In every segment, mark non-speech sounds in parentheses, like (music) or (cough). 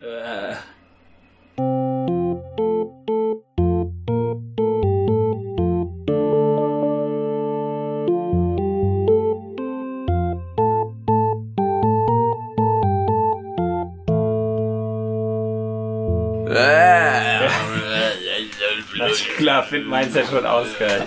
Äh. Äh. Das ist klar, finden wir eins ja schon ausgehört.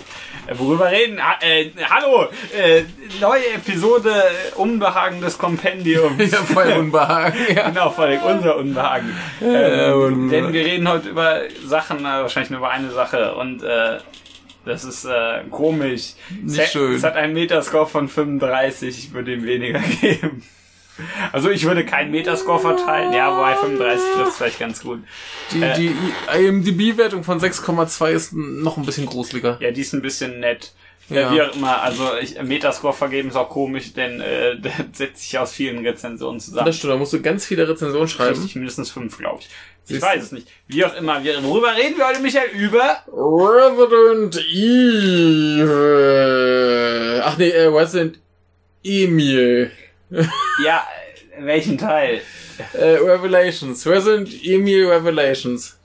Äh, Worüber reden? Ah, äh, hallo! Äh, neue Episode äh, Unbehagen des Kompendiums. (laughs) Ja, voll unbehagen. Ja. Genau, vor allem unser Unbehagen. Ja, Ähm, und- äh, denn wir reden heute über Sachen, äh, wahrscheinlich nur über eine Sache und äh, das ist äh, komisch. es, Nicht hat- schön. es hat einen Metascore von 35, ich würde ihm weniger (laughs) geben. Also ich würde keinen Metascore verteilen, ja, wobei 35 trifft vielleicht ganz gut. Die, Äh. die IMDb-Wertung von 6,2 ist noch ein bisschen gruseliger. Ja, die ist ein bisschen nett. Ja. Ja. Wie auch immer, also ich, Metascore vergeben ist auch komisch, denn äh, (laughs) das setzt sich aus vielen Rezensionen zusammen. Das stimmt, da musst du ganz viele Rezensionen schreiben. Richtig, mindestens fünf, glaube ich. Ich Siehst weiß es nicht. Wie auch immer, wir, worüber reden wir heute, Michael? Über Resident Evil. Ach nee, äh, Resident Emil. Ja, äh, welchen Teil? Äh, Revelations. Resident Emil Revelations.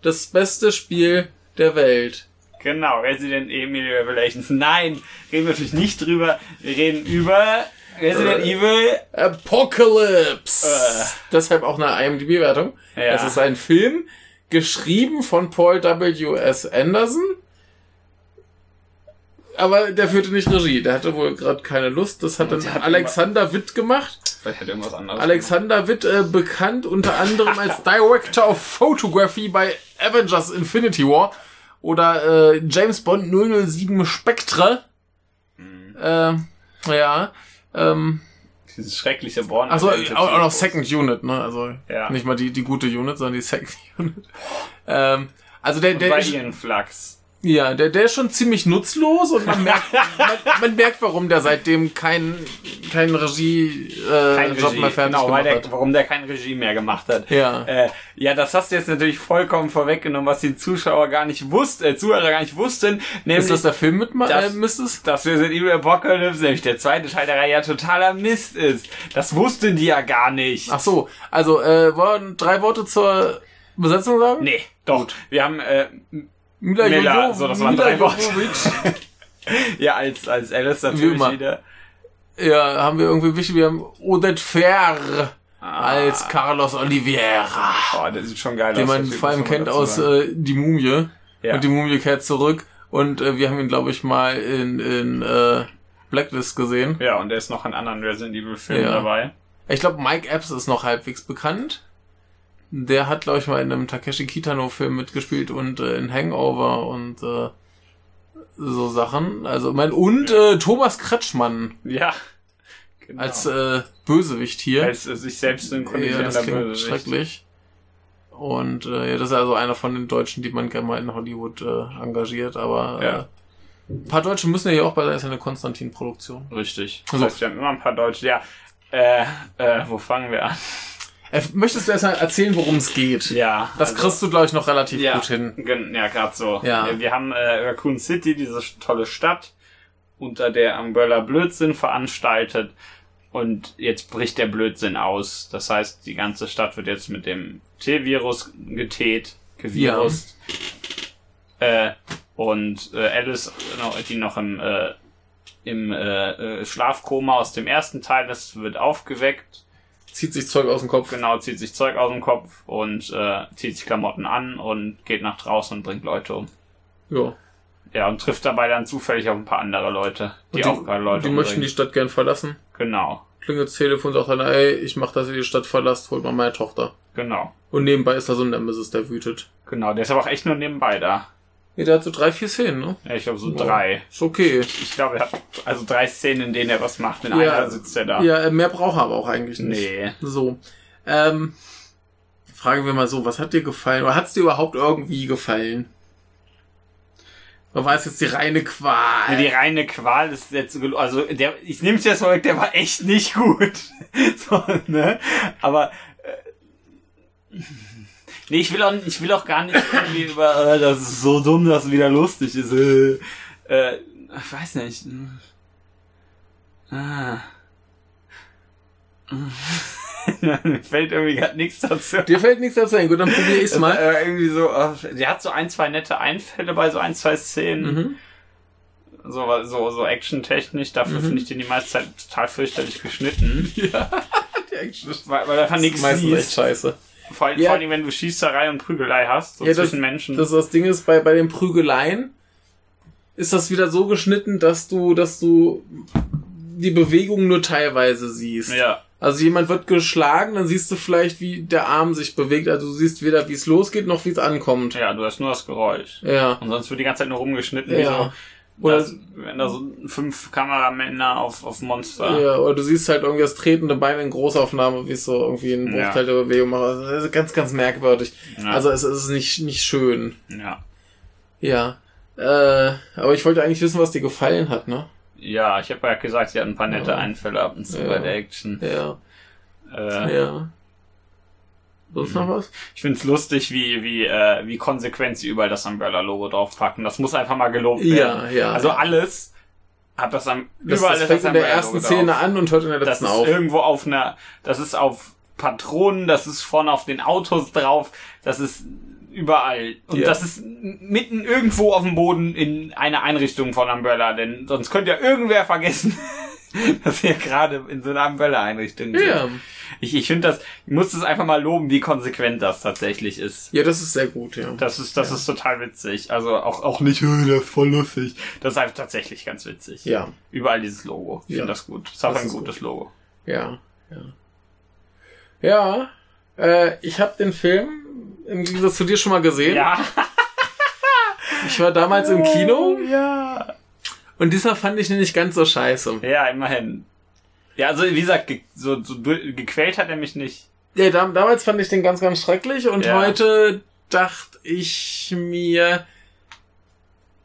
Das beste Spiel der Welt. Genau, Resident Evil Revelations. Nein, reden wir natürlich nicht drüber. Wir reden über Resident Äh. Evil. Apocalypse. Äh. Deshalb auch eine IMDb-Wertung. Ja. Es ist ein Film, geschrieben von Paul W.S. Anderson. Aber der führte nicht Regie. Der hatte wohl gerade keine Lust. Das hat dann Der hat Alexander Witt gemacht. Vielleicht hat irgendwas anderes. Alexander Witt, äh, bekannt unter (laughs) anderem als Director of Photography bei Avengers Infinity War oder äh, James Bond 007 Spectre. Mhm. Äh, ja. Ähm, Dieses schreckliche Born. Achso, Identity. auch, auch noch Also, äh, Second Unit, ne? Also Äh, Ja. nicht mal die, die gute Unit, sondern die Second (laughs) Unit. Ähm, also der, der, Bei ist, Ian Flux. ja, der, der ist schon ziemlich nutzlos und man (laughs) merkt, man, man merkt, warum der seitdem keinen keinen Regie-Job Kein äh, Job Regie. mehr fertig Genau, weil gemacht der, hat. warum der kein Regie mehr gemacht hat. Ja. Äh, ja, das hast du jetzt natürlich vollkommen vorweggenommen, was die Zuschauer gar nicht wussten, äh, Zuhörer gar nicht wussten, nämlich, Ist das der Film mit Ma- äh, das- Mrs.? dass Resident Evil Apocalypse, nämlich der zweite Teil der Reihe, ja totaler Mist ist. Das wussten die ja gar nicht. Ach so, also äh, wollen drei Worte zur Besetzung sagen? Nee, doch. Wir haben äh, Mila Miller, Jojo- so, das waren Mila drei Worte. Jovovich. ja als als Alice natürlich immer. wieder. ja, haben wir irgendwie wichtig, wir haben Odette Fer Ah. als Carlos Oliveira. Oh, das sieht schon geil den aus. man das vor allem muss man kennt dazu aus sagen. äh, Die Mumie. Ja. Und die Mumie kehrt zurück. Und äh, wir haben ihn, glaube ich, mal in, in äh, Blacklist gesehen. ja, und der ist noch in anderen Resident Evil Filmen Ja. dabei. Ich glaube, Mike Epps ist noch halbwegs bekannt. Der hat, glaube ich, mal in einem Takeshi Kitano-Film mitgespielt und äh, in Hangover und äh, so Sachen. Also mein und äh, Thomas Kretschmann Ja. (laughs) Genau. als äh, Bösewicht hier. als äh, sich selbst ja, synchronisierender das klingt Bösewicht. schrecklich. Und äh, ja, das ist also einer von den Deutschen, die man gerne mal in Hollywood äh, engagiert, aber Ja. äh, ein paar Deutsche müssen ja hier auch bei sein, ist ja eine Konstantin-Produktion. Richtig. Das Also- heißt, wir haben immer ein paar Deutsche. Ja. Äh, äh, wo fangen wir an? Äh, möchtest du erst mal erzählen, worum es geht? Ja. Das also- kriegst du, glaube ich, noch relativ ja, gut hin. gen- Ja, gerade so. Ja. Wir haben äh, Raccoon City, diese sch- tolle Stadt, unter der Umbrella Blödsinn veranstaltet. Und jetzt bricht der Blödsinn aus. Das heißt, die ganze Stadt wird jetzt mit dem T-Virus getät, gevirust. Äh, und äh, Alice, noch- die noch im, äh, im äh, äh, Schlafkoma aus dem ersten Teil ist, wird aufgeweckt Zieht sich Zeug aus dem Kopf. Genau, zieht sich Zeug aus dem Kopf und äh, zieht sich Klamotten an und geht nach draußen und bringt Leute um. Ja. Ja, und trifft dabei dann zufällig auf ein paar andere Leute, die, Und auch gerade Leute Die möchten die umbringen. Stadt gern verlassen. Genau, Klingelt das Telefon, sagt einer, ey, ich mach, dass ihr die Stadt verlasst, holt mal meine Tochter. genau, Und nebenbei ist da so ein Nemesis, der wütet. genau. Der ist aber auch echt nur nebenbei da. Ja, der hat so drei, vier Szenen, ne? Ja, ich glaube so Ja. drei. Ist okay. Ich glaube, er hat also drei Szenen, in denen er was macht. In Ja. einer sitzt er da. Ja, äh, mehr braucht er aber auch eigentlich nicht. Nee. So. Ähm, fragen wir mal so, was hat dir gefallen? Oder hat es dir überhaupt irgendwie gefallen? Oder war es jetzt die reine Qual? Die reine Qual ist jetzt, gel- also der, ich nehme es jetzt mal weg, der war echt nicht gut. (laughs) so, ne? Aber äh, nee, ich will auch, ich will auch gar nicht irgendwie über, äh, das ist so dumm, dass es wieder lustig ist. Äh, äh, ich weiß nicht. Ah. (laughs) Mir fällt irgendwie gerade nichts dazu. Dir fällt nichts dazu ein. Gut, dann probiere ich's mal. Äh, irgendwie so, ach, sie hat so ein, zwei nette Einfälle bei so ein, zwei Szenen. Mhm. So, so, so actiontechnisch. Dafür Mhm. finde ich den die meiste Zeit total fürchterlich (laughs) geschnitten. (laughs) Die Action ist Weil, weil einfach nichts meistens echt siehst. scheiße. Vor, allem- Ja. vor allem, wenn du Schießerei und Prügelei hast, so Ja, das- zwischen Menschen. Das, das Ding ist, bei, bei den Prügeleien ist das wieder so geschnitten, dass du, dass du die Bewegung nur teilweise siehst. ja. Also jemand wird geschlagen, dann siehst du vielleicht, wie der Arm sich bewegt. Also du siehst weder, wie es losgeht, noch wie es ankommt. ja, du hast nur das Geräusch. Ja. Und sonst wird die ganze Zeit nur rumgeschnitten. Wie so, Ja. Oder, dass, wenn da so fünf Kameramänner auf, auf Monster. ja. Oder du siehst halt irgendwie das tretende Bein in Großaufnahme, wie es so irgendwie einen Ja. Bruchteil der Bewegung macht. Also das ist ganz, ganz merkwürdig. Ja. Also es, es ist nicht, nicht schön. ja. Ja. Äh, aber ich wollte eigentlich wissen, was dir gefallen hat, ne? Ja, ich habe ja gesagt, sie hat ein paar nette Ja. Einfälle ab und zu Ja. bei der Action. Ja. Äh, Ja. Sonst Mhm. noch was? Ich find's lustig, wie, wie, äh, wie konsequent sie überall das Umbrella-Logo draufpacken. Das muss einfach mal gelobt werden. Ja, ja. Also alles hat das am das, das fängt in der ersten Umbrella-Logo Szene drauf. an und hört in der Das letzten ist auf. irgendwo auf einer, das ist auf Patronen, das ist vorne auf den Autos drauf, das ist überall. Und Ja. das ist mitten irgendwo auf dem Boden in einer Einrichtung von Umbrella, denn sonst könnte ja irgendwer vergessen, (laughs) dass wir gerade in so einer Umbrella-Einrichtung sind. Ja. Ich, ich finde das, ich muss das einfach mal loben, wie konsequent das tatsächlich ist. ja, das ist sehr gut, ja. Das ist, das ist total witzig. Also auch, auch nicht, (laughs) "Hö, der ist voll lustig. Das ist einfach tatsächlich ganz witzig. Ja, Überall dieses Logo. Ich Ja. finde das gut. Ist auch Das ein ist gutes Logo. ja, ja. Ja, äh, ich habe den Film im Gegensatz zu dir schon mal gesehen. Ja. Ich war damals im Kino Ja. und diesmal fand ich ihn nicht ganz so scheiße. Ja, immerhin. Ja, also wie gesagt, ge so, so du- gequält hat er mich nicht. Ja, dam damals fand ich den ganz, ganz schrecklich und Ja. heute dachte ich mir,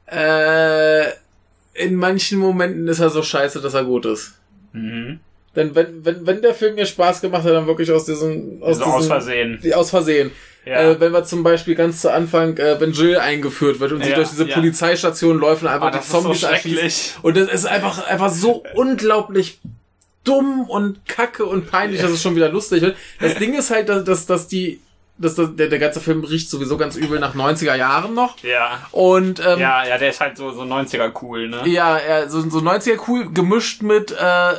äh, in manchen Momenten ist er so scheiße, dass er gut ist. Mhm. Denn wenn, wenn, wenn der Film mir Spaß gemacht hat, dann wirklich aus diesem... Aus Also aus diesem- Versehen. die- Aus Versehen. Ja. Äh, wenn wir zum Beispiel ganz zu Anfang, äh, wenn Jill eingeführt wird und sie Ja, durch diese ja. Polizeistation läuft und einfach Ah, die das ist so Zombies erschießt. schrecklich. Und das ist einfach, einfach so unglaublich dumm und kacke und peinlich, dass es schon wieder lustig wird. Das Ding ist halt, dass, dass, dass die, dass, dass der, der ganze Film riecht sowieso ganz übel nach 90er Jahren noch. Ja. Und, ähm, ja, Ja, ja, der ist halt so, so 90er cool, ne? ja, so, so 90er cool, gemischt mit, äh,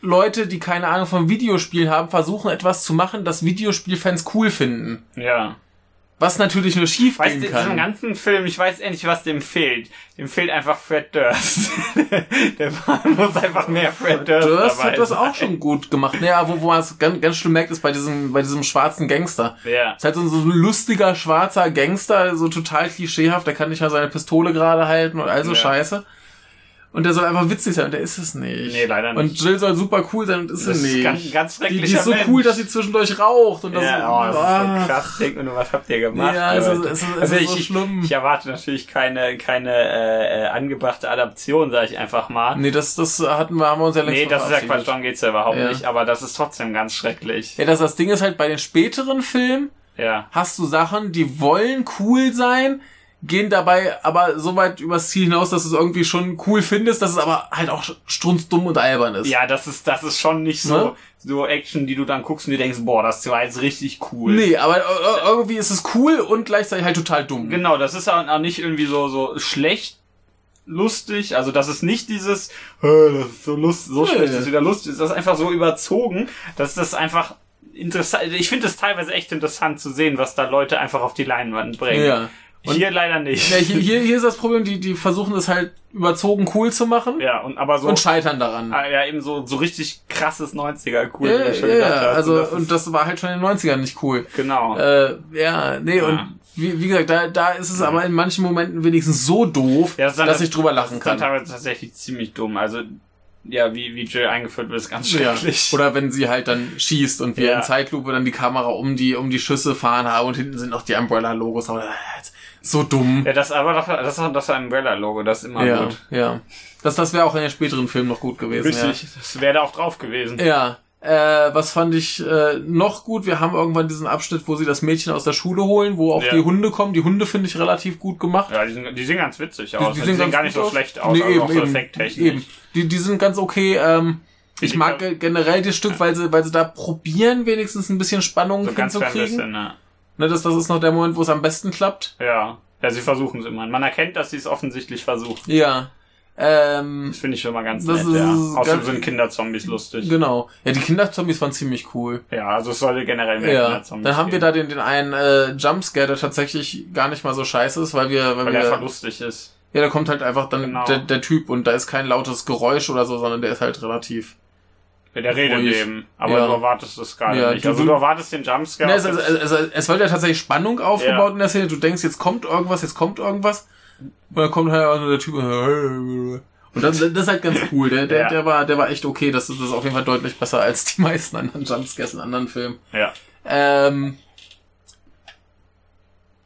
Leute, die keine Ahnung von Videospielen haben, versuchen etwas zu machen, das Videospielfans cool finden. Ja. Was natürlich nur schief Weißt gehen du, kann. diesem ganzen Film, ich weiß endlich, was dem fehlt. Dem fehlt einfach Fred Durst. (laughs) der muss einfach mehr Fred Durst Durst dabei hat das sein. auch schon gut gemacht. Naja, wo, wo man es ganz, ganz schlimm merkt, ist bei diesem, bei diesem schwarzen Gangster. Ja. Ist halt so ein, so ein lustiger schwarzer Gangster, so total klischeehaft, der kann nicht mal seine Pistole gerade halten und all so Ja. Scheiße. Und der soll einfach witzig sein und der ist es nicht. Nee, leider nicht. Und Jill soll super cool sein und ist Das sie ist nicht. ganz- ganz die, die schrecklicher ist so Mensch. cool, dass sie zwischendurch raucht und das Ja, oh, das ist Ah. so krass. Denkt nur, was habt ihr gemacht? Ja, es ist- Leute? es ist- es also ist ich, so ich- schlimm. Ich erwarte natürlich keine, keine äh, äh, angebrachte Adaption, sage ich einfach mal. Nee, Nee, das, das hatten wir, haben wir uns ja längst von das ist ja Quatsch, verabschiedet. darum geht's ja überhaupt Ja. nicht, aber das ist trotzdem ganz schrecklich. Ja, das, das Ding ist halt bei den späteren Filmen, Ja. hast du Sachen, die wollen cool sein, gehen dabei aber so weit übers Ziel hinaus, dass du es irgendwie schon cool findest, dass es aber halt auch strunzdumm und albern ist. Ja, das ist, das ist schon nicht so, Ne? so Action, die du dann guckst und dir denkst, boah, das war jetzt richtig cool. Nee, aber äh, irgendwie ist es cool und gleichzeitig halt total dumm. Genau, das ist auch auch nicht irgendwie so, so schlecht lustig, also das ist nicht dieses, "Hä, das ist so lust, so Nee. schlecht, das ist wieder lustig, das ist einfach so überzogen, dass das einfach interessant, ich finde es teilweise echt interessant zu sehen, was da Leute einfach auf die Leinwand bringen. Ja. Und hier leider nicht. ja, hier, hier, hier ist das Problem, die, die versuchen es halt überzogen cool zu machen (laughs) ja, und aber so, und scheitern daran. ah, ja, eben so, so richtig krasses 90er, cool, ja, schon ja, gedacht hast. also das ist- und das war halt schon in den 90ern nicht cool. genau. Äh, ja, nee, Ja. und wie, wie gesagt, da, da ist es aber in manchen Momenten wenigstens so doof, Ja, das ist dann- dass ich drüber das lachen ist dann (laughs) kann. teilweise tatsächlich ziemlich dumm, also, ja, wie, wie Jill eingeführt wird, ist ganz Ja. schrecklich. Oder wenn sie halt dann schießt und wir Ja. in Zeitlupe dann die Kamera um die, um die Schüsse fahren haben und hinten sind noch die Umbrella-Logos. aber, äh, So dumm. Ja, das aber doch, das ist doch das Umbrella-Logo, das ist immer ja, gut. ja. Das, das wäre auch in den späteren Filmen noch gut gewesen. Richtig, das wäre da auch drauf gewesen. Ja. ja. Äh, was fand ich äh, noch gut? Wir haben irgendwann diesen Abschnitt, wo sie das Mädchen aus der Schule holen, wo auch Ja. die Hunde kommen. Die Hunde finde ich relativ gut gemacht. Ja, die, sind, die sehen ganz witzig aus. Die, sind sehen, ganz gar gut nicht so schlecht aus, Nee, also eben, auch so eben, effekttechnisch. eben. Die, die sind ganz okay. Ähm, Ich mag ge- generell das Stück, weil sie, weil sie da probieren, wenigstens ein bisschen Spannung so ganz klein hinzukriegen. bisschen, ne? Ne, das, das ist noch der Moment, wo es am besten klappt. Ja. Ja, sie versuchen es immer. Man erkennt, dass sie es offensichtlich versuchen. Ja. Ähm, Das finde ich schon mal ganz Das nett, ja. ist Außerdem ganz- sind Kinderzombies lustig. genau. Ja, die Kinderzombies waren ziemlich cool. Ja, also es sollte generell mehr Ja. Kinderzombies Dann haben geben, wir da den, den einen äh, Jumpscare, der tatsächlich gar nicht mal so scheiße ist, weil wir, weil, Weil wir, der einfach lustig ist. ja, da kommt halt einfach dann Genau. der, der Typ und da ist kein lautes Geräusch oder so, sondern der ist halt relativ. Wenn der Rede Ruhig. geben. Aber Ja. du erwartest es gerade Ja, nicht. du- Also du erwartest den Jumpscare. Ne, es, es, es, es wird ja tatsächlich Spannung aufgebaut Ja. in der Szene. Du denkst, jetzt kommt irgendwas, jetzt kommt irgendwas. Und dann kommt halt auch nur der Typ. Und das, das ist halt ganz cool. Der, der, Ja. der, war, der war echt okay. Das ist, das ist auf jeden Fall deutlich besser als die meisten anderen Jumpscares in anderen Filmen. ja. Ähm,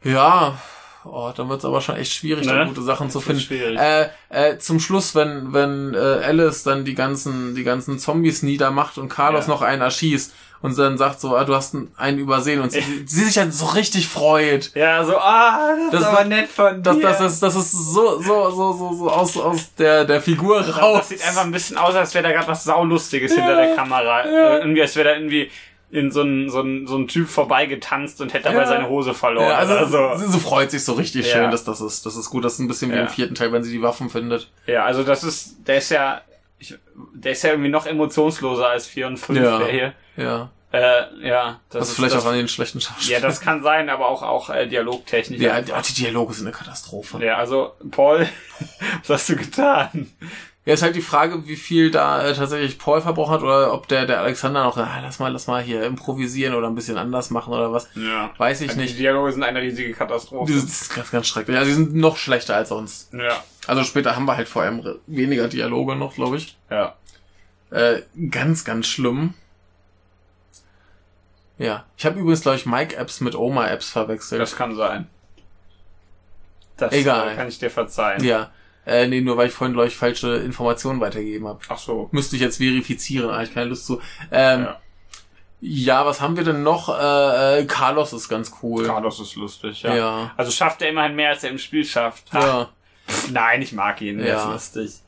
ja, oh, dann wird es aber schon echt schwierig, da Ne? gute Sachen zu Das wird finden. schwierig. Äh, äh, zum Schluss, wenn, wenn äh, Alice dann die ganzen, die ganzen Zombies niedermacht und Carlos Ja. noch einen erschießt und dann sagt so, ah, du hast einen- einen übersehen und sie, sie sich halt so richtig freut. Ja, so, ah, das, Das- ist aber nett von Das, dir. das, ist, das ist so, so, so, so, so aus, aus der, der Figur das, raus. das sieht einfach ein bisschen aus, als wäre da gerade was Saulustiges hinter Ja, der Kamera. ja. Äh, Irgendwie, als wäre da irgendwie in so ein, so ein, so ein Typ vorbeigetanzt und hätte dabei Ja. seine Hose verloren. ja, also, oder so. Sie, sie freut sich so richtig Ja. schön, dass das ist. Das ist gut, das ist ein bisschen wie Ja. im vierten Teil, wenn sie die Waffen findet. ja, also das ist, der ist ja, ich, der ist ja irgendwie noch emotionsloser als 4 und 5, Ja. der hier. Ja. Äh, ja, das Das ist ist vielleicht das, auch an den schlechten Schauspielern. Ja, das kann sein, aber auch, auch äh, dialogtechnisch. Ja, die, die Dialoge sind eine Katastrophe. Ja. Ja, also, Paul, (laughs) was hast du getan? ist halt die Frage, wie viel da äh, tatsächlich Paul verbrochen hat oder ob der, der Alexander noch, ah, lass mal, lass mal hier improvisieren oder ein bisschen anders machen oder was. Ja. Weiß ich Also Die nicht. Dialoge sind eine riesige Katastrophe. Die sind- Das ist ganz, ganz schrecklich. Also die sind noch schlechter als sonst. Ja. Also später haben wir halt vor allem re- weniger Dialoge noch, glaube ich. Ja. Äh, ganz, ganz schlimm. Ja. Ich habe übrigens, glaube ich, Mike-Apps mit Oma-Apps verwechselt. Das kann sein. Das Egal. äh, kann ich dir verzeihen. ja. Äh, nee, nur weil ich vorhin, glaube ich, falsche Informationen weitergegeben habe. Ach so. Müsste ich jetzt verifizieren, aber ich keine Lust zu. Ähm, ja. Ja. was haben wir denn noch? Äh, äh, Carlos ist ganz cool. Carlos ist lustig, ja. ja. Ja. Also schafft er immerhin mehr, als er im Spiel schafft. Ha, pff, Nein, ich mag ihn, der Ja. ist lustig.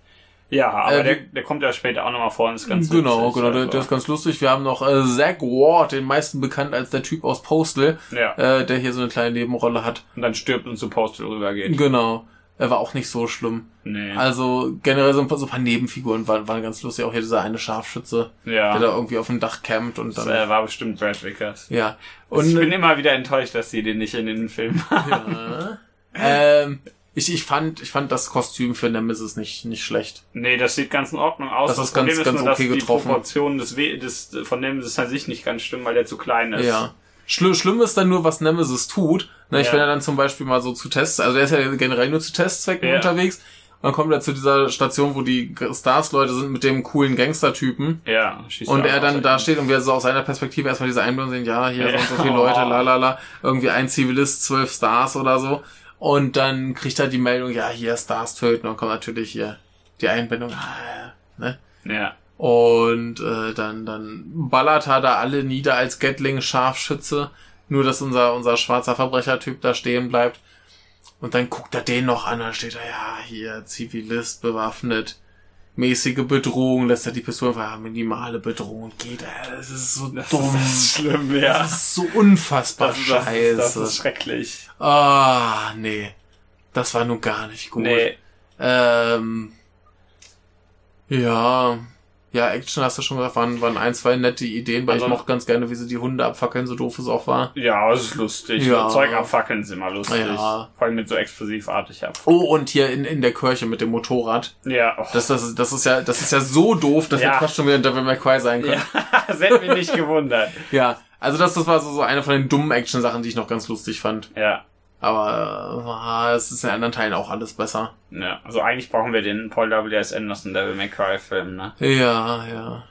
Ja, aber Äh, der, der kommt ja später auch nochmal vor und ist ganz genau, witzig, genau, der, also. der ist ganz lustig. Wir haben noch äh, Zach Ward, den meisten bekannt als der Typ aus Postal, Ja, äh, der hier so eine kleine Nebenrolle hat. und dann stirbt und zu Postal rübergeht. Genau. Er war auch nicht so schlimm. Nee. Also generell so ein paar, so ein paar Nebenfiguren waren, waren ganz lustig. Auch hier dieser eine Scharfschütze, ja, der da irgendwie auf dem Dach campt und das dann. ne- äh, war bestimmt Brad Vickers. ja. Und ich bin immer wieder enttäuscht, dass sie den nicht in den Film haben. Ja. ähm, ich, ich, fand, ich fand das Kostüm für Nemesis nicht, nicht schlecht. (laughs) Nee, das sieht ganz in Ordnung aus. Das ist ganz- ganz okay die getroffen. Proportionen des, We des von dem ist an sich nicht ganz stimmen, weil der zu klein ist. ja. Schlimm, schlimm ist dann nur, was Nemesis tut. Ne, ich, Ja. Wenn er dann zum Beispiel mal so zu Tests, also er ist ja generell nur zu Testzwecken Ja. unterwegs. Dann kommt er zu dieser Station, wo die Stars-Leute sind mit dem coolen Gangster-Typen. Ja, schießt Und ja auch er dann aus- da steht und wir so aus seiner Perspektive erstmal diese Einblendung sehen, ja, hier Ja. sind so viele Leute, (laughs) Oh. la la la, irgendwie ein Zivilist, zwölf Stars oder so. Und dann kriegt er die Meldung, ja, hier Stars töten und kommt natürlich hier die Einblendung. ah, Ne? Ja. Und äh, dann, dann ballert er da alle nieder als Gatling-Scharfschütze. Nur, dass unser, unser schwarzer Verbrechertyp da stehen bleibt. Und dann guckt er den noch an, dann steht er, ja, hier, Zivilist bewaffnet, mäßige Bedrohung, lässt er die Pistole fallen, ja, minimale Bedrohung, geht er, das ist so Das dumm. ist schlimm, ja. Das ist so unfassbar Das, ist- das, scheiße. ist- das ist schrecklich. ah, nee. Das war nun gar nicht gut. Nee, Ähm, ja. Ja, Action hast du schon gesagt, waren, waren ein, zwei nette Ideen, weil Also- ich mochte ganz gerne, wie sie die Hunde abfackeln, so doof es auch war. ja, es ist lustig. Ja. Zeug abfackeln ist immer lustig. Ja. Vor allem mit so explosivartig ab. Oh, und hier in, in der Kirche mit dem Motorrad. Ja, oh. (laughs) Das, das, das ist ja, das ist ja so doof, dass wir Ja. fast schon wieder ein Devil May Cry sein können. ja. das hätte mich nicht gewundert. Ja. Also das, das war so, so eine von den dummen Action-Sachen, die ich noch ganz lustig fand. Ja. Aber äh, es ist in anderen Teilen auch alles besser. ja. Also eigentlich brauchen wir den Paul W.S. Anderson Devil May Cry Film, ne? Ja, ja.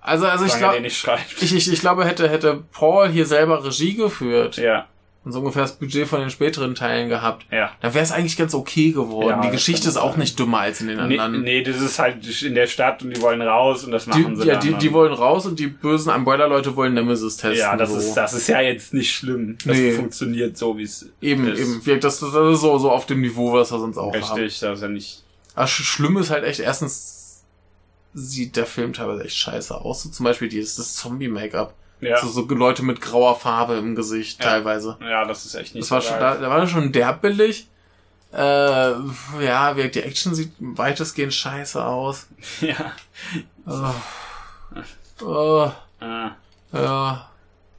Also, also Solange er ich den glaube, nicht schreibt. ich, ich, ich glaube, hätte, hätte Paul hier selber Regie geführt. (laughs) Ja, und so ungefähr das Budget von den späteren Teilen gehabt, ja. dann wäre es eigentlich ganz okay geworden. Ja, die das Geschichte kann ist auch sein. nicht dümmer als in den Nee, anderen. nee, das ist halt in der Stadt und die wollen raus und das machen die, sie ja, dann. die, die und- wollen raus und die bösen Umbrella-Leute wollen Nemesis testen. ja, das so. ist das ist ja jetzt nicht schlimm. Das Nee. funktioniert so, wie es Eben, ist. eben. Wirkt Das, das ist so, so auf dem Niveau, was wir sonst auch haben. Ah, Richtig, das ist ja nicht. Aber sch- schlimm ist halt echt erstens sieht der Film teilweise echt scheiße aus. So zum Beispiel dieses das Zombie-Make-up. Ja. So, so Leute mit grauer Farbe im Gesicht Ja. teilweise. ja, das ist echt nicht Das war so schon, geil. da, da war das schon derb billig. Äh, ja, wie- die Action sieht weitestgehend scheiße aus. (laughs) Ja. Also, äh, Ah, ja,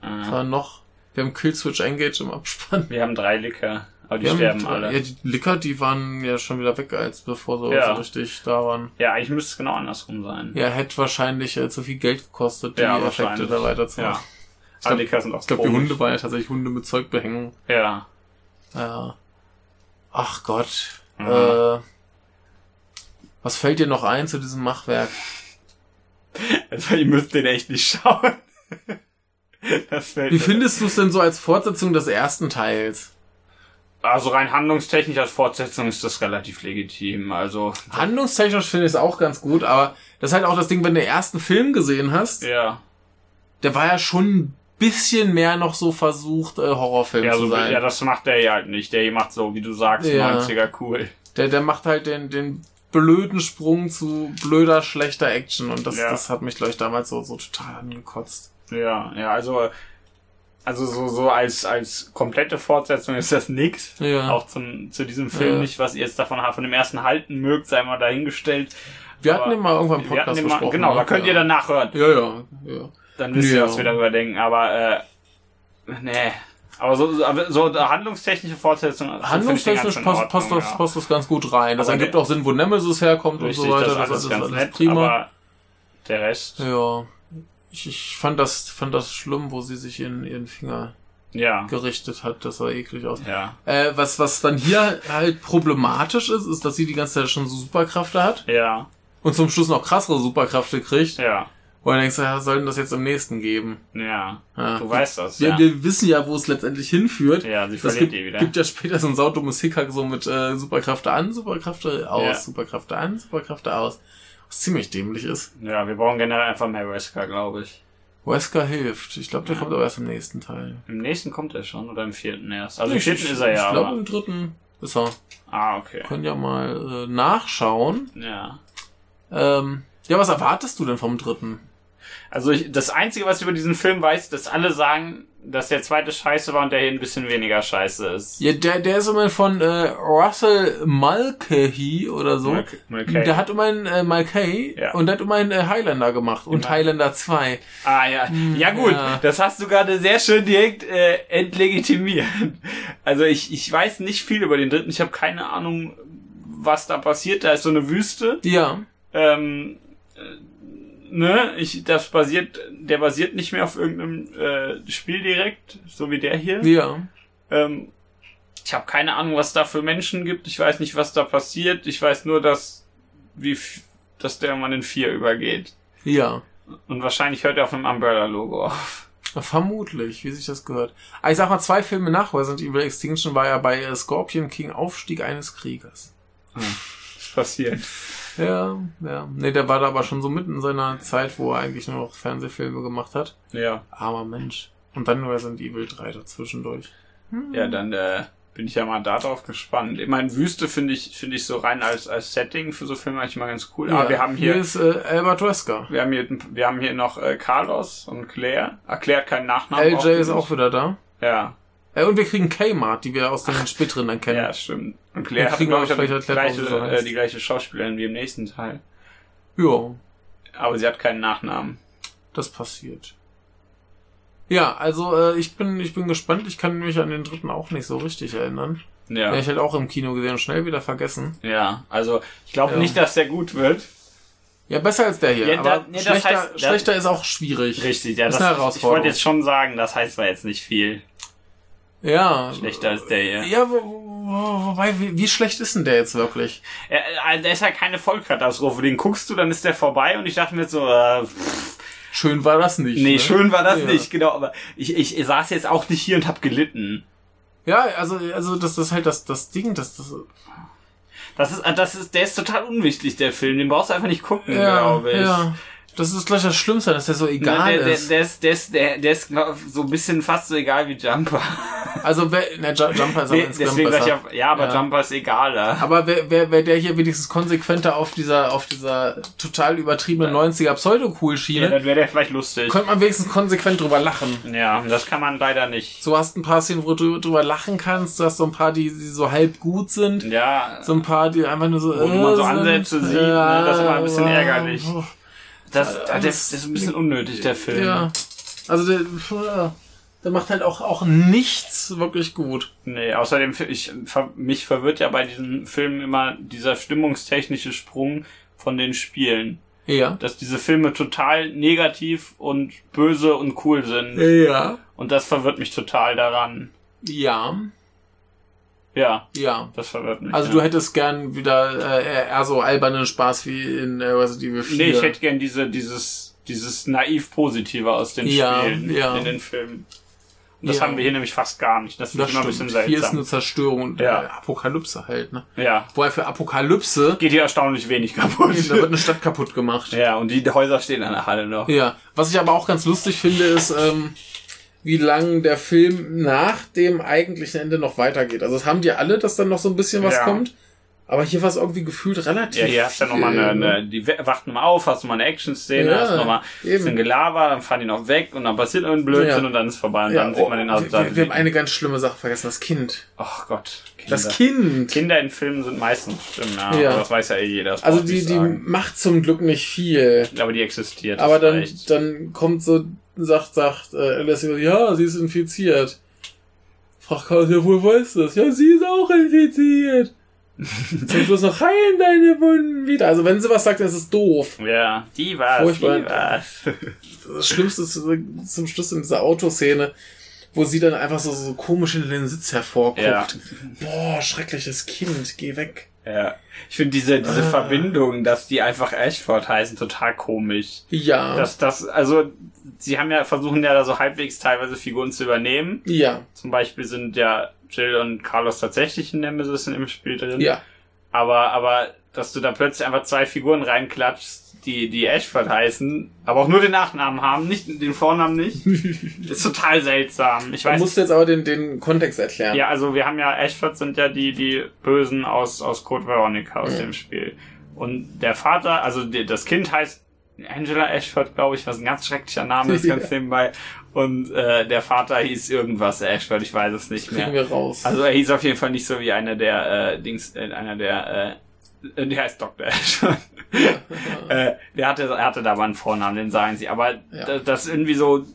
was ah. war noch? Wir haben Killswitch Engage im Abspann. Wir haben drei Licker, aber die Wir haben- sterben alle. Ja, die Licker, die waren ja schon wieder weg, als bevor sie Ja. so richtig da waren. Ja, eigentlich müsste es genau andersrum sein. Ja, hätte wahrscheinlich äh, zu viel Geld gekostet, die Ja, Effekte wahrscheinlich. da weiterzumachen. Ja. Aber Licker sind auch Ich glaube, die komisch. Hunde waren ja tatsächlich Hunde mit Zeugbehängung. Ja. Ja. Ach Gott. Mhm. Äh, was fällt dir noch ein zu diesem Machwerk? Also, ihr müsst den echt nicht schauen. Das fällt Wie mir- findest du es denn so als Fortsetzung des ersten Teils? Also rein handlungstechnisch als Fortsetzung ist das relativ legitim. Also Handlungstechnisch finde ich es auch ganz gut, aber das ist halt auch das Ding, wenn du den ersten Film gesehen hast, ja, der war ja schon ein bisschen mehr noch so versucht, äh, Horrorfilm ja, zu so, sein. ja, das macht der ja halt nicht. Der hier macht so, wie du sagst, Ja. 90er cool. der, der macht halt den, den blöden Sprung zu blöder, schlechter Action und das, Ja. das hat mich, glaube ich, damals so, so total angekotzt. Ja, ja, also also so so als als komplette Fortsetzung ist das nix. Ja. Auch zum zu diesem Film Ja. nicht, was ihr jetzt davon habt, von dem ersten halten mögt, sei mal dahingestellt. Wir Aber hatten den mal irgendwann im Wir hatten Podcast den mal, besprochen. genau, ne? da könnt ihr dann nachhören. Ja, ja, ja. Dann wisst ihr, Ja. was wir darüber denken. Aber äh, nee. Aber so, so, aber so handlungstechnische Fortsetzung. so finde ich den ganz Handlungstechnisch in passt, Ordnung, passt, das, ja. passt das ganz gut rein. Das Aber ergibt der- auch Sinn, wo Nemesis herkommt Richtig, und so weiter. das alles ganz nett, aber der Rest, Ja. Ich, ich fand das, fand das schlimm, wo sie sich in ihren Finger ja, gerichtet hat. Das sah eklig aus. ja, Äh, was, was dann hier halt problematisch ist, ist, dass sie die ganze Zeit schon so Superkräfte hat ja, und zum Schluss noch krassere Superkräfte kriegt. ja, Und dann denkst du, ja, was soll denn das jetzt im nächsten geben? ja, Ja. du weißt das, wir, ja. wir wissen ja, wo es letzendlich hinführt. Ja, sie Das verliert gibt, die wieder. gibt ja später so ein saudummes Hickhack so mit äh, Superkräfte an, Superkräfte aus, Ja. Superkräfte an, Superkräfte aus. Was ziemlich dämlich ist. Ja, wir brauchen generell einfach mehr Wesker, glaube ich. Wesker hilft. Ich glaube, der Ja. kommt aber erst im nächsten Teil. Im nächsten kommt er schon oder im vierten erst. Also im Ich- vierten ich- ist er ja, Ich glaube, aber. im dritten ist er. Ah, okay. Können ja mal äh, nachschauen. Ja. Ähm, ja, was erwartest du denn vom dritten? Also ich, das Einzige, was ich über diesen Film weiß, dass alle sagen, dass der zweite scheiße war und der hier ein bisschen weniger scheiße ist. Ja, der, der ist immerhin von äh, Russell Mulcahy oder so. Okay. okay. Der hat immerhin äh, Mulcahy Ja. und der hat immerhin äh, Highlander gemacht und Immer. Highlander 2. Ah ja, ja gut, ja. das hast du gerade sehr schön direkt äh, entlegitimiert. Also ich, ich weiß nicht viel über den dritten, ich habe keine Ahnung, was da passiert. Da ist so eine Wüste. Ja. Ähm, äh, ne, ich, das basiert, der basiert nicht mehr auf irgendeinem äh, Spiel direkt, so wie der hier. Ja. Ähm, ich habe keine Ahnung, was da für Menschen gibt. Ich weiß nicht, was da passiert. Ich weiß nur, dass wie f- dass der Mann in vier übergeht. Ja. Und wahrscheinlich hört er auf einem Umbrella-Logo auf. (laughs) Vermutlich, wie sich das gehört. Aber ich sag mal, zwei Filme nach Resident Evil Extinction war ja bei äh, Scorpion King Aufstieg eines Kriegers. passiert. Ja, ja. Nee, der war da aber schon so mitten in seiner Zeit, wo er eigentlich nur noch Fernsehfilme gemacht hat. Ja. Armer Mensch. Und dann Resident Evil 3 dazwischendurch. Hm. Ja, dann äh, bin ich ja mal darauf gespannt. Ich meine, Wüste finde ich, finde ich so rein als, als Setting für so Filme eigentlich mal ganz cool. Aber wir haben hier, Hier ist äh, Albert Wesker. wir haben hier, wir haben hier noch äh, Carlos und Claire. Erklärt keinen Nachnamen. LJ ist nicht. auch wieder da. Ja, Äh, und wir kriegen Kmart, die wir aus den Spätrindern kennen. ja, stimmt. Und Claire Dann hat, kriegen glaube Genau. wir ich, auch die vielleicht erklärt, gleiche, warum sie so äh, heißt. die gleiche Schauspielerin wie im nächsten Teil. Jo. Aber sie hat keinen Nachnamen. das passiert. Ja, also äh, ich bin ich bin gespannt. Ich kann mich an den dritten auch nicht so richtig erinnern. Ja. Ja. ich halt auch im Kino gesehen und schnell wieder vergessen. Ja, also ich glaube Ja. nicht, dass der gut wird. Ja, besser als der hier. Ja, da- aber nee, das schlechter, heißt- das- schlechter ist auch schwierig. Richtig, ja. Ist Das, ich eine wollte Herausforderung. jetzt schon sagen, das heißt zwar jetzt nicht viel. Ja. Schlechter als der hier. Ja, wo, wo, wobei, wie, wie schlecht ist denn der jetzt wirklich? Ja, also der ist halt keine Vollkatastrophe. Den guckst du, dann ist der vorbei und ich dachte mir so, äh, pff, Schön war das nicht. nee, ne? schön war das Ja. nicht, genau. Aber ich, ich, saß jetzt auch nicht hier und hab gelitten. Ja, also, also das, das ist halt das, das Ding, das, das Das ist, das ist, der ist total unwichtig, der Film. Den brauchst du einfach nicht gucken, ja, glaube Genau, ich. ja. Das ist gleich das Schlimmste, dass der so Ne, egal der, der, ist. der ist, der ist, der, der ist glaub, so ein bisschen fast so egal wie Jumper. Also wer, ne, Ju- Jumper ist Nee, aber (laughs) insgesamt deswegen sag ich besser. ja, ja, aber Ja. Jumper ist egal. Ja. Aber wer, wer, wer der hier wenigstens konsequenter auf dieser, auf dieser total übertriebenen 90er Ja, Pseudo-Cool-Schiene, dann wäre der vielleicht lustig. könnte man wenigstens konsequent drüber lachen. Ja, das kann man leider nicht. So hast ein paar Szenen, wo du drüber lachen kannst, du hast so ein paar, die, die so halb gut sind, Ja, so ein paar, die einfach nur so. Wo man so sind. Ansätze sieht, ne, das ist immer ein bisschen ärgerlich. das, äh, das, das ist ein bisschen unnötig, der Film. Ja. Also der, pf, der macht halt auch, auch nichts wirklich gut. Nee, außerdem, ich, ver- mich verwirrt ja bei diesen Filmen immer dieser stimmungstechnische Sprung von den Spielen. Ja. Dass diese Filme total negativ und böse und cool sind. Ja. Und das verwirrt mich total daran. Ja. Ja, Ja. das verwirrt mich. Also ja. du hättest gern wieder äh, eher- eher so albernen Spaß wie in äh, Resident Evil 4. Nee, ich hätte gern diese, dieses, dieses naiv-Positive aus den Ja, Spielen ja. in den Filmen. Und das Ja. haben wir hier nämlich fast gar nicht. Das finde das ich immer ein stimmt. bisschen Hier ist eine seltsam. Zerstörung und Ja. äh, Apokalypse halt, ne? Ja. Wobei für (laughs) Apokalypse Geht hier erstaunlich wenig kaputt. da wird eine Stadt kaputt (laughs) gemacht. Ja, und die Häuser stehen an der Halle noch. Ja, was ich aber auch ganz lustig finde, ist, ähm, wie lang der Film nach dem eigentlichen Ende noch weitergeht. Also das haben die alle, dass dann noch so ein bisschen was Ja. kommt. Aber hier war es irgendwie gefühlt relativ. Ja, hier hast du ja viel, nochmal eine, ne? eine, die we- wacht nochmal auf, hast nochmal eine Action-Szene, Ja, hast nochmal ein bisschen eben. Gelaber, dann fahren die noch weg und dann passiert irgendein Blödsinn Ja. und dann ist vorbei und Ja, dann sieht oh, man den wir, wir, wir haben Assassinen. eine ganz schlimme Sache vergessen, das Kind. Ach Gott, Kinder. Das Kind. Kinder in Filmen sind meistens schlimm, ja. Ja. Aber das weiß ja eh jeder. das Also braucht die, nicht die sagen. macht zum Glück nicht viel. Aber die existiert. das Aber dann, reicht. dann kommt so, sagt, sagt äh, Alice, ja, sie ist infiziert. Fragt Klaus, ja, woher weißt du das? Ja, sie ist (laughs) auch infiziert. Zum Schluss noch heilen deine Wunden wieder. Also wenn sie was sagt, dann ist es doof. Ja, die war's, die Furchtbar. war's. Das Schlimmste ist äh, zum Schluss in dieser Autoszene, wo sie dann einfach so, so komisch hinter den Sitz hervorguckt. Ja. Boah, schreckliches Kind, geh weg. (laughs) ja. Ich finde diese, diese Ah. Verbindung, dass die einfach Ashford heißen, total komisch. Ja. Dass das, also, sie haben ja, versuchen ja da so halbwegs teilweise Figuren zu übernehmen. ja, Zum Beispiel sind ja Jill und Carlos tatsächlich in Nemesis im Spiel drin. ja, Aber, aber, dass du da plötzlich einfach zwei Figuren reinklatschst, die, die Ashford heißen, aber auch nur den Nachnamen haben, nicht den Vornamen (laughs) nicht, ist total seltsam. Ich Du weiß musst jetzt aber den, den Kontext erklären. ja, also wir haben ja, Ashford sind ja die, die Bösen aus, aus Code Veronica aus dem Spiel. Und der Vater, also die, das Kind heißt Angela Ashford, glaube ich, was ein ganz schrecklicher Name ist, ganz nebenbei. Und äh, der Vater hieß irgendwas Ashford, ich weiß es nicht mehr. Kriegen wir raus. Also er hieß auf jeden Fall nicht so wie einer der äh, Dings, äh, einer der, äh, (laughs) äh, der heißt Dr. Ash. äh, der hatte, er hatte da mal einen Vornamen, den sagen sie. Aber Ja. das, das irgendwie so.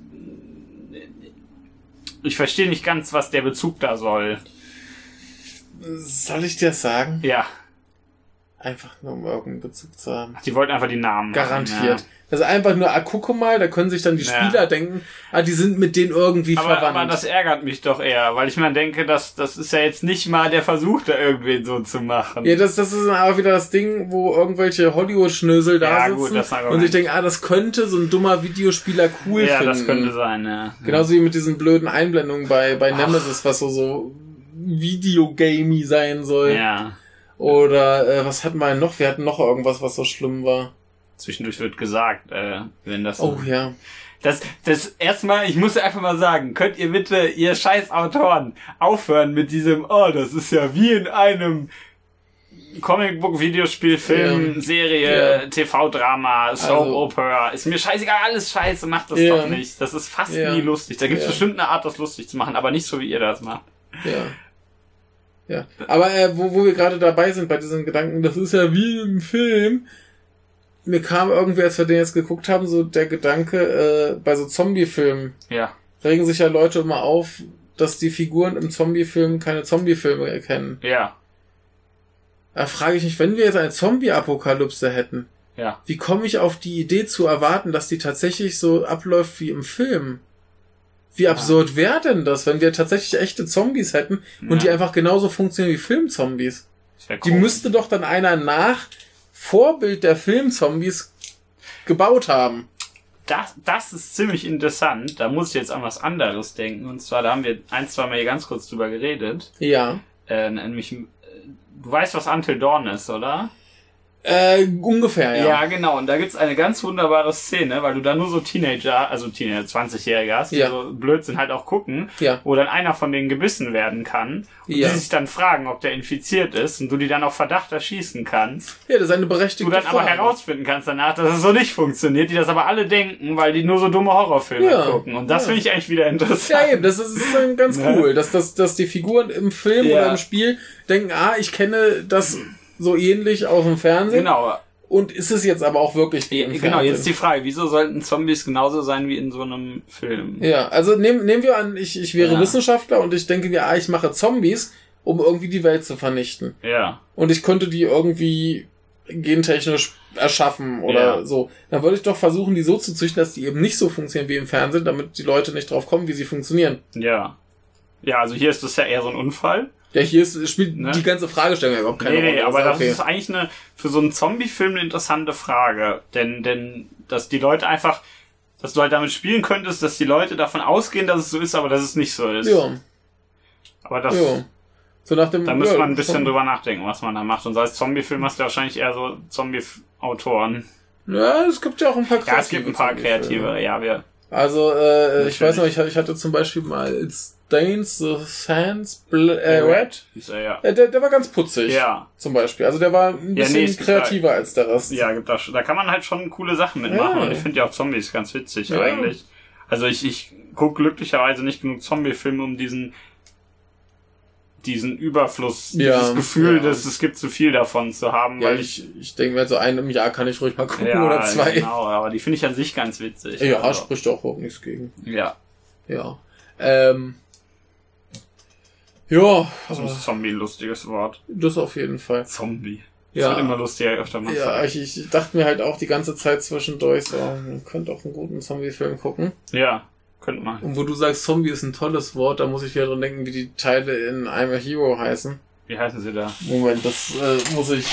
Ich verstehe nicht ganz, was der Bezug da soll. Soll ich dir das sagen? Ja, Einfach nur um irgendeinen Bezug zu haben. die wollten einfach die Namen. machen, Garantiert. Das ist einfach nur, ah, gucke mal, da können sich dann die Ja. Spieler denken, ah, die sind mit denen irgendwie Ja. Aber, verwandt. aber das ärgert mich doch eher, weil ich mir denke, dass das ist ja jetzt nicht mal der Versuch, da irgendwen so zu machen. ja, das, das ist aber wieder das Ding, wo irgendwelche Hollywood-Schnösel da Ja, gut, sitzen das ist ein und Argument. sich denken, ah, das könnte so ein dummer Videospieler cool ja, finden. das könnte sein, ja. Genauso wie mit diesen blöden Einblendungen bei, bei Nemesis, was so, so Videogamey sein soll. Ja. Oder äh, was hatten wir denn noch? Wir hatten noch irgendwas, was so schlimm war. Zwischendurch wird gesagt, äh, wenn das Oh ja. Das, das erstmal, ich muss einfach mal sagen, könnt ihr bitte, ihr scheiß Autoren, aufhören mit diesem, oh, das ist ja wie in einem Comicbook, Videospiel, Film, Ja. Serie, Ja. TV-Drama, Soap Also- Opera. Ist mir scheißegal, alles scheiße, macht das Ja. doch nicht. Das ist fast Ja. nie lustig. Da gibt es Ja. bestimmt eine Art, das lustig zu machen, aber nicht so, wie ihr das macht. Ja. Ja. Aber äh, wo, wo wir gerade dabei sind bei diesen Gedanken, das ist ja wie im Film. Mir kam irgendwie, als wir den jetzt geguckt haben, so der Gedanke, äh, bei so Zombie-Filmen Ja. regen sich ja Leute immer auf, dass die Figuren im Zombie-Film keine Zombie-Filme erkennen. Ja. Da frage ich mich, wenn wir jetzt eine Zombie-Apokalypse hätten, Ja. wie komme ich auf die Idee zu erwarten, dass die tatsächlich so abläuft wie im Film? Wie absurd wäre denn das, wenn wir tatsächlich echte Zombies hätten und Ja. die einfach genauso funktionieren wie Filmzombies? Das wär Die komisch. müsste doch dann einer nach Vorbild der Filmzombies gebaut haben. das, das ist ziemlich interessant. Da muss ich jetzt an was anderes denken. Und zwar, da haben wir ein, zwei Mal hier ganz kurz drüber geredet. Ja. Äh, nämlich, äh, du weißt, was Until Dawn ist, oder? Äh, ungefähr, ja. Ja, genau. Und da gibt's eine ganz wunderbare Szene, weil du da nur so Teenager, also Teenager, 20-Jährige hast, die Ja. so Blödsinn halt auch gucken, Ja. wo dann einer von denen gebissen werden kann und Ja. die sich dann fragen, ob der infiziert ist und du die dann auf Verdacht erschießen kannst. Ja, das ist eine berechtigte Du dann aber Frage. herausfinden kannst danach, dass es so nicht funktioniert, die das aber alle denken, weil die nur so dumme Horrorfilme Ja. gucken. Und das Ja. finde ich eigentlich wieder interessant. Ja, eben, das ist, ist dann ganz Ne? cool, dass, dass, dass die Figuren im Film Ja. oder im Spiel denken, ah, ich kenne das so ähnlich aus dem Fernsehen. (laughs) Genau. Und ist es jetzt aber auch wirklich wie im Genau, Fernsehen? jetzt die Frage, wieso sollten Zombies genauso sein wie in so einem Film? Ja, also nehm, nehmen wir an, ich, ich wäre Ja. Wissenschaftler und ich denke mir, ah, ich mache Zombies, um irgendwie die Welt zu vernichten. ja. Und ich könnte die irgendwie gentechnisch erschaffen oder Ja. so. Dann würde ich doch versuchen, die so zu züchten, dass die eben nicht so funktionieren wie im Fernsehen, damit die Leute nicht drauf kommen, wie sie funktionieren. Ja. Ja, also hier ist das ja eher so ein Unfall. Ja, hier ist, spielt Ne? die ganze Fragestellung überhaupt keine nee, Rolle. nee, aber ist das okay. ist eigentlich eine, für so einen Zombie-Film eine interessante Frage. Denn, denn, dass die Leute einfach, dass du halt damit spielen könntest, dass die Leute davon ausgehen, dass es so ist, aber dass es nicht so ist. Ja, Aber das, ja. So nach dem, da müsste ja, man ein bisschen schon. drüber nachdenken, was man da macht. Und so als Zombie-Film hast du ja wahrscheinlich eher so Zombie-Autoren. Ja, es gibt ja auch ein paar Ja, es gibt ein paar Zombiefilme. kreative, ja, wir. Also, äh, Natürlich. ich weiß noch, ich, ich hatte zum Beispiel mal Stains the Sands Bl äh, Red. Ist er ja. Äh, der, der war ganz putzig. Ja. Zum Beispiel. Also der war ein Ja, bisschen nee, es gibt kreativer als der Rest. Ja, gibt da, schon- da kann man halt schon coole Sachen mitmachen. Ja. Und ich finde ja auch Zombies ganz witzig Ja. eigentlich. Also ich, ich gucke glücklicherweise nicht genug Zombie-Filme, um diesen diesen Überfluss, Ja, dieses Gefühl, ja. dass es gibt zu viel davon zu haben, Ja, weil ich ich, ich denke mir, so einen im Jahr kann ich ruhig mal gucken ja, oder zwei. genau, aber die finde ich an sich ganz witzig. (laughs) Ja, also, spricht auch überhaupt nichts gegen. ja. Ja. Ähm. Ja, Das ist Zombie ein lustiges Ah. Wort. das auf jeden Fall. Zombie. Das Ja. wird immer lustiger, je öfter man Ja, sagt. ich, ich dachte mir halt auch die ganze Zeit zwischendurch so, man könnte auch einen guten Zombie-Film gucken. Ja, könnte man. Und wo du sagst, Zombie ist ein tolles Wort, da muss ich wieder dran denken, wie die Teile in I'm a Hero heißen. Wie heißen sie da? Moment, das äh, muss ich,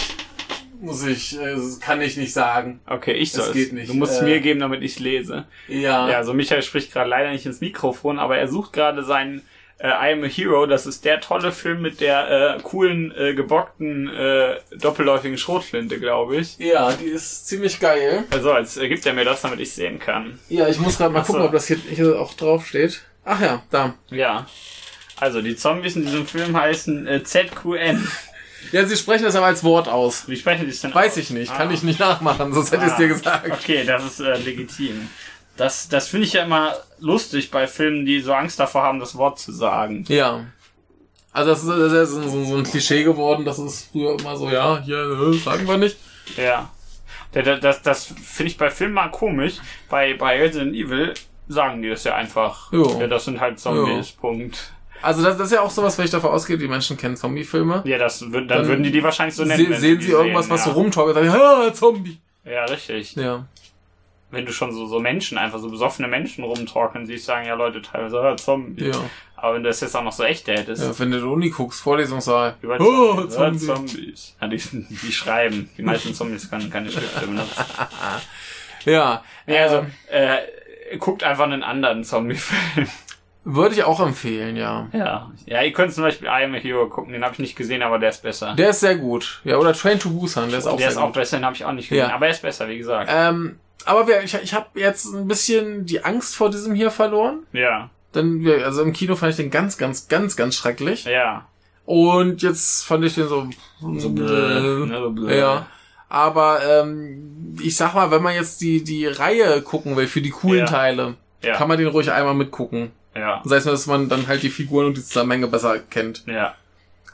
muss ich, äh, das kann ich nicht sagen. Okay, ich Das soll es. geht nicht. Du musst es Äh, mir geben, damit ich lese. Ja. Ja, also Michael spricht gerade leider nicht ins Mikrofon, aber er sucht gerade seinen äh, I Am a Hero. Das ist der tolle Film mit der äh, coolen, äh, gebockten, äh, doppelläufigen Schrotflinte, glaube ich. Ja, die ist ziemlich geil. Also, jetzt äh, gibt er mir das, damit ich sehen kann. Ja, ich muss gerade mal Ach so. gucken, ob das hier, hier auch drauf steht. Ach ja, da. Ja. Also, die Zombies in diesem Film heißen äh, ZQN. Ja, sie sprechen das aber als Wort aus. Wie sprechen die es denn Weiß aus? ich nicht, Ah. kann ich nicht nachmachen, sonst hätte ich es dir gesagt. Okay, das ist äh, legitim. Das, das finde ich ja immer lustig bei Filmen, die so Angst davor haben, das Wort zu sagen. Ja. Also das ist, das ist so, so ein Klischee geworden, das ist früher immer so, ja, hier, äh, sagen wir nicht. Ja. Da- da- Das, das finde ich bei Filmen mal komisch. Bei, bei Resident Evil sagen die das ja einfach. Jo. Ja, das sind halt Zombies, Punkt. Also das, das ist ja auch sowas, wenn ich davon ausgehe, die Menschen kennen Zombie-Filme. Ja, das würd, dann, Dann würden die die wahrscheinlich so nennen. Se wenn sehen die sie irgendwas, sehen, was ja. so rumtorkelt, sagen, ah, Zombie. Ja, richtig. Ja. Wenn du schon so, so Menschen, einfach so besoffene Menschen rumtorkeln siehst, sagen ja Leute teilweise, ah, Zombie. Ja. Aber wenn du das jetzt auch noch so echt hättest. ja. Wenn du in die Uni guckst, Vorlesungssaal. Über Oh, Zombies. Ah, Zombie. Zombies. Ja, die, die schreiben. Die meisten Zombies können keine Schriften benutzen. Ja. Nee, also, Ähm, äh, guckt einfach einen anderen Zombie-Film. würde ich auch empfehlen, ja. Ja, ja, ihr könnt zum Beispiel I Am a Hero gucken, den habe ich nicht gesehen, aber der ist besser. Der ist sehr gut. Ja, oder Train to Busan, der ist auch der sehr ist gut. auch besser, den habe ich auch nicht gesehen, Ja. aber er ist besser, wie gesagt. Ähm, aber wir, ich, ich habe jetzt ein bisschen die Angst vor diesem hier verloren. ja, Denn wir, also im Kino fand ich den ganz, ganz, ganz, ganz schrecklich. ja. Und jetzt fand ich den so. So blö, ne, so blö. Ja. Aber ähm, ich sag mal, wenn man jetzt die, die Reihe gucken will für die coolen Ja. Teile, Ja, kann man den ruhig einmal mitgucken. ja, Sei es nur, dass man dann halt die Figuren und die Zusammenhänge besser kennt. ja,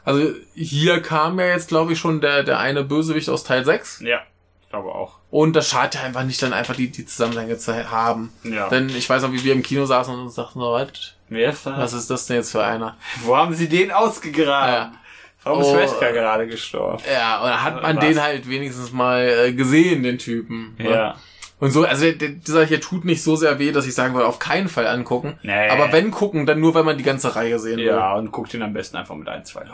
Also hier kam ja jetzt, glaube ich, schon der, der eine Bösewicht aus Teil 6. ja. Ich glaube auch. Und das schadet ja einfach nicht, dann einfach die, die Zusammenhänge zu haben. Ja. Denn ich weiß noch, wie wir im Kino saßen und uns dachten, so, was, Wer ist das? was ist das denn jetzt für einer? Also, Wo haben sie den ausgegraben? Ja. Warum ist Oh, Wesker äh, gerade gestorben? Ja, und da hat man Was? den halt wenigstens mal äh, gesehen, den Typen. ne? Ja. Und so, also der, der, dieser hier tut nicht so sehr weh, dass ich sagen würde, auf keinen Fall angucken. Nee. Aber wenn gucken, dann nur, wenn man die ganze Reihe sehen will. Ja, und guckt ihn am besten einfach mit ein, zwei Leuten.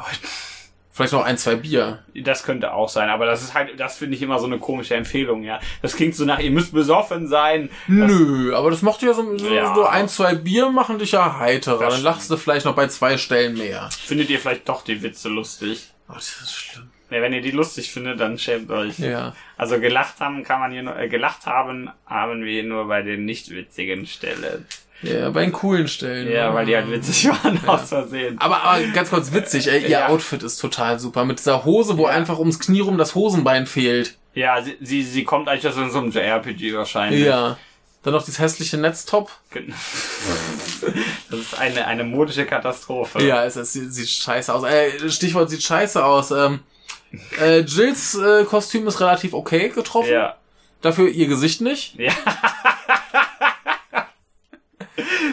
Vielleicht noch ein, zwei Bier. Das könnte auch sein, aber das ist halt, das finde ich immer so eine komische Empfehlung, ja. Das klingt so nach, ihr müsst besoffen sein. Nö, aber das macht ja so, so, Ja. so ein, zwei Bier machen dich ja heiterer. Das Dann lachst du vielleicht noch bei zwei Stellen mehr. Findet ihr vielleicht doch die Witze lustig? Oh, das ist schlimm. Ja, wenn ihr die lustig findet, dann schämt euch. Ja. Also gelacht haben kann man hier nur, äh, gelacht haben haben wir nur bei den nicht witzigen Stellen. Ja, bei den coolen Stellen. Ja, weil die halt witzig waren Ja. aus Versehen. Aber, aber ganz kurz witzig, ey, ihr Ja. Outfit ist total super. Mit dieser Hose, wo Ja. einfach ums Knie rum das Hosenbein fehlt. Ja, sie, sie, sie kommt eigentlich aus so einem JRPG wahrscheinlich. Ja. Dann noch dieses hässliche Netztop. Genau. (laughs) Das ist eine, eine modische Katastrophe. Ja, es, es sieht, sieht scheiße aus. Äh, Stichwort sieht scheiße aus. Ähm, äh, Jills äh, Kostüm ist relativ okay getroffen. Ja. Dafür ihr Gesicht nicht. ja.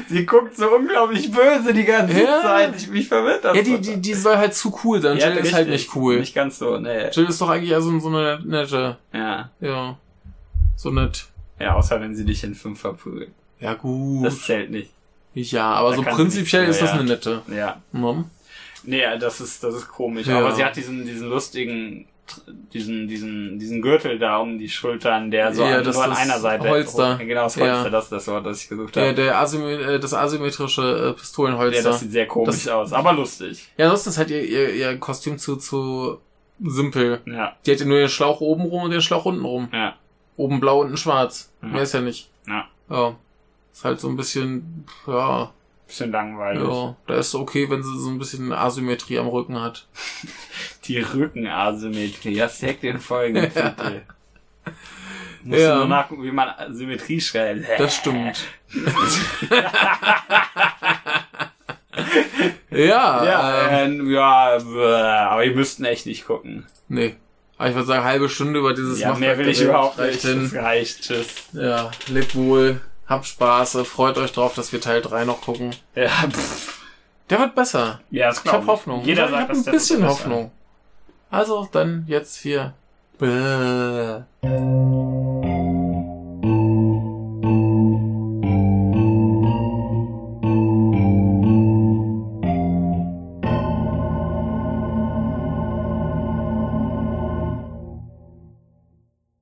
sie guckt so unglaublich böse die ganze Ja. Zeit. Ich, mich verwirrt das. Ja, die, die, total. die soll halt zu cool sein. Ja, Jill ist halt richtig. nicht cool. Nicht ganz so, nee. Jill ist doch eigentlich eher so, so eine nette, Ja. ja, so nett. Ja, außer wenn sie dich in fünf verprügelt. Ja, gut. Das zählt nicht. ja, aber da so kann prinzipiell nichts ist das mehr, eine nette. Ja. Ne? Nee, das ist, das ist komisch. Ja. Aber sie hat diesen, diesen lustigen, tr- diesen, diesen, diesen Gürtel da um die Schultern, der so Ja, an, das nur an ist einer Seite. Holster. Genau, das Ja. Holster, das ist das Wort, das ich gesucht Der, habe. der Asyme äh, das asymmetrische äh, Ja, Pistolenholster. das sieht sehr komisch Das- aus, aber lustig. ja, sonst ist halt ihr, ihr, ihr Kostüm zu, zu simpel. Ja, Die hat ja nur den Schlauch oben rum und den Schlauch unten rum. ja. Oben blau, unten schwarz. Ja. Mehr ist ja nicht. Ja. ja. Ist halt so ein bisschen, ja, Bisschen langweilig. ja, da ist okay, wenn sie so ein bisschen Asymmetrie am Rücken hat. Die Rückenasymmetrie, das deckt den folgenden Ja. (laughs) Titel. Musst Ja. du nur nachgucken, wie man Symmetrie schreibt. Das stimmt. ja, Ja, äh, ähm, ja, bäh, aber ihr müssten echt nicht gucken. nee. Aber ich würde sagen, halbe Stunde über dieses ja, mehr Machwerk will ich geredet. überhaupt halt Reicht nicht. Das hin. reicht. Tschüss. Ja, lebt wohl, habt Spaß, äh, freut euch drauf, dass wir Teil 3 noch gucken. Ja, pff. Der wird besser. ja das Ich glaub habe Hoffnung. Jeder ich sagt, hab dass ein der bisschen Dritte ist. Hoffnung. Also, dann jetzt hier. Bäh.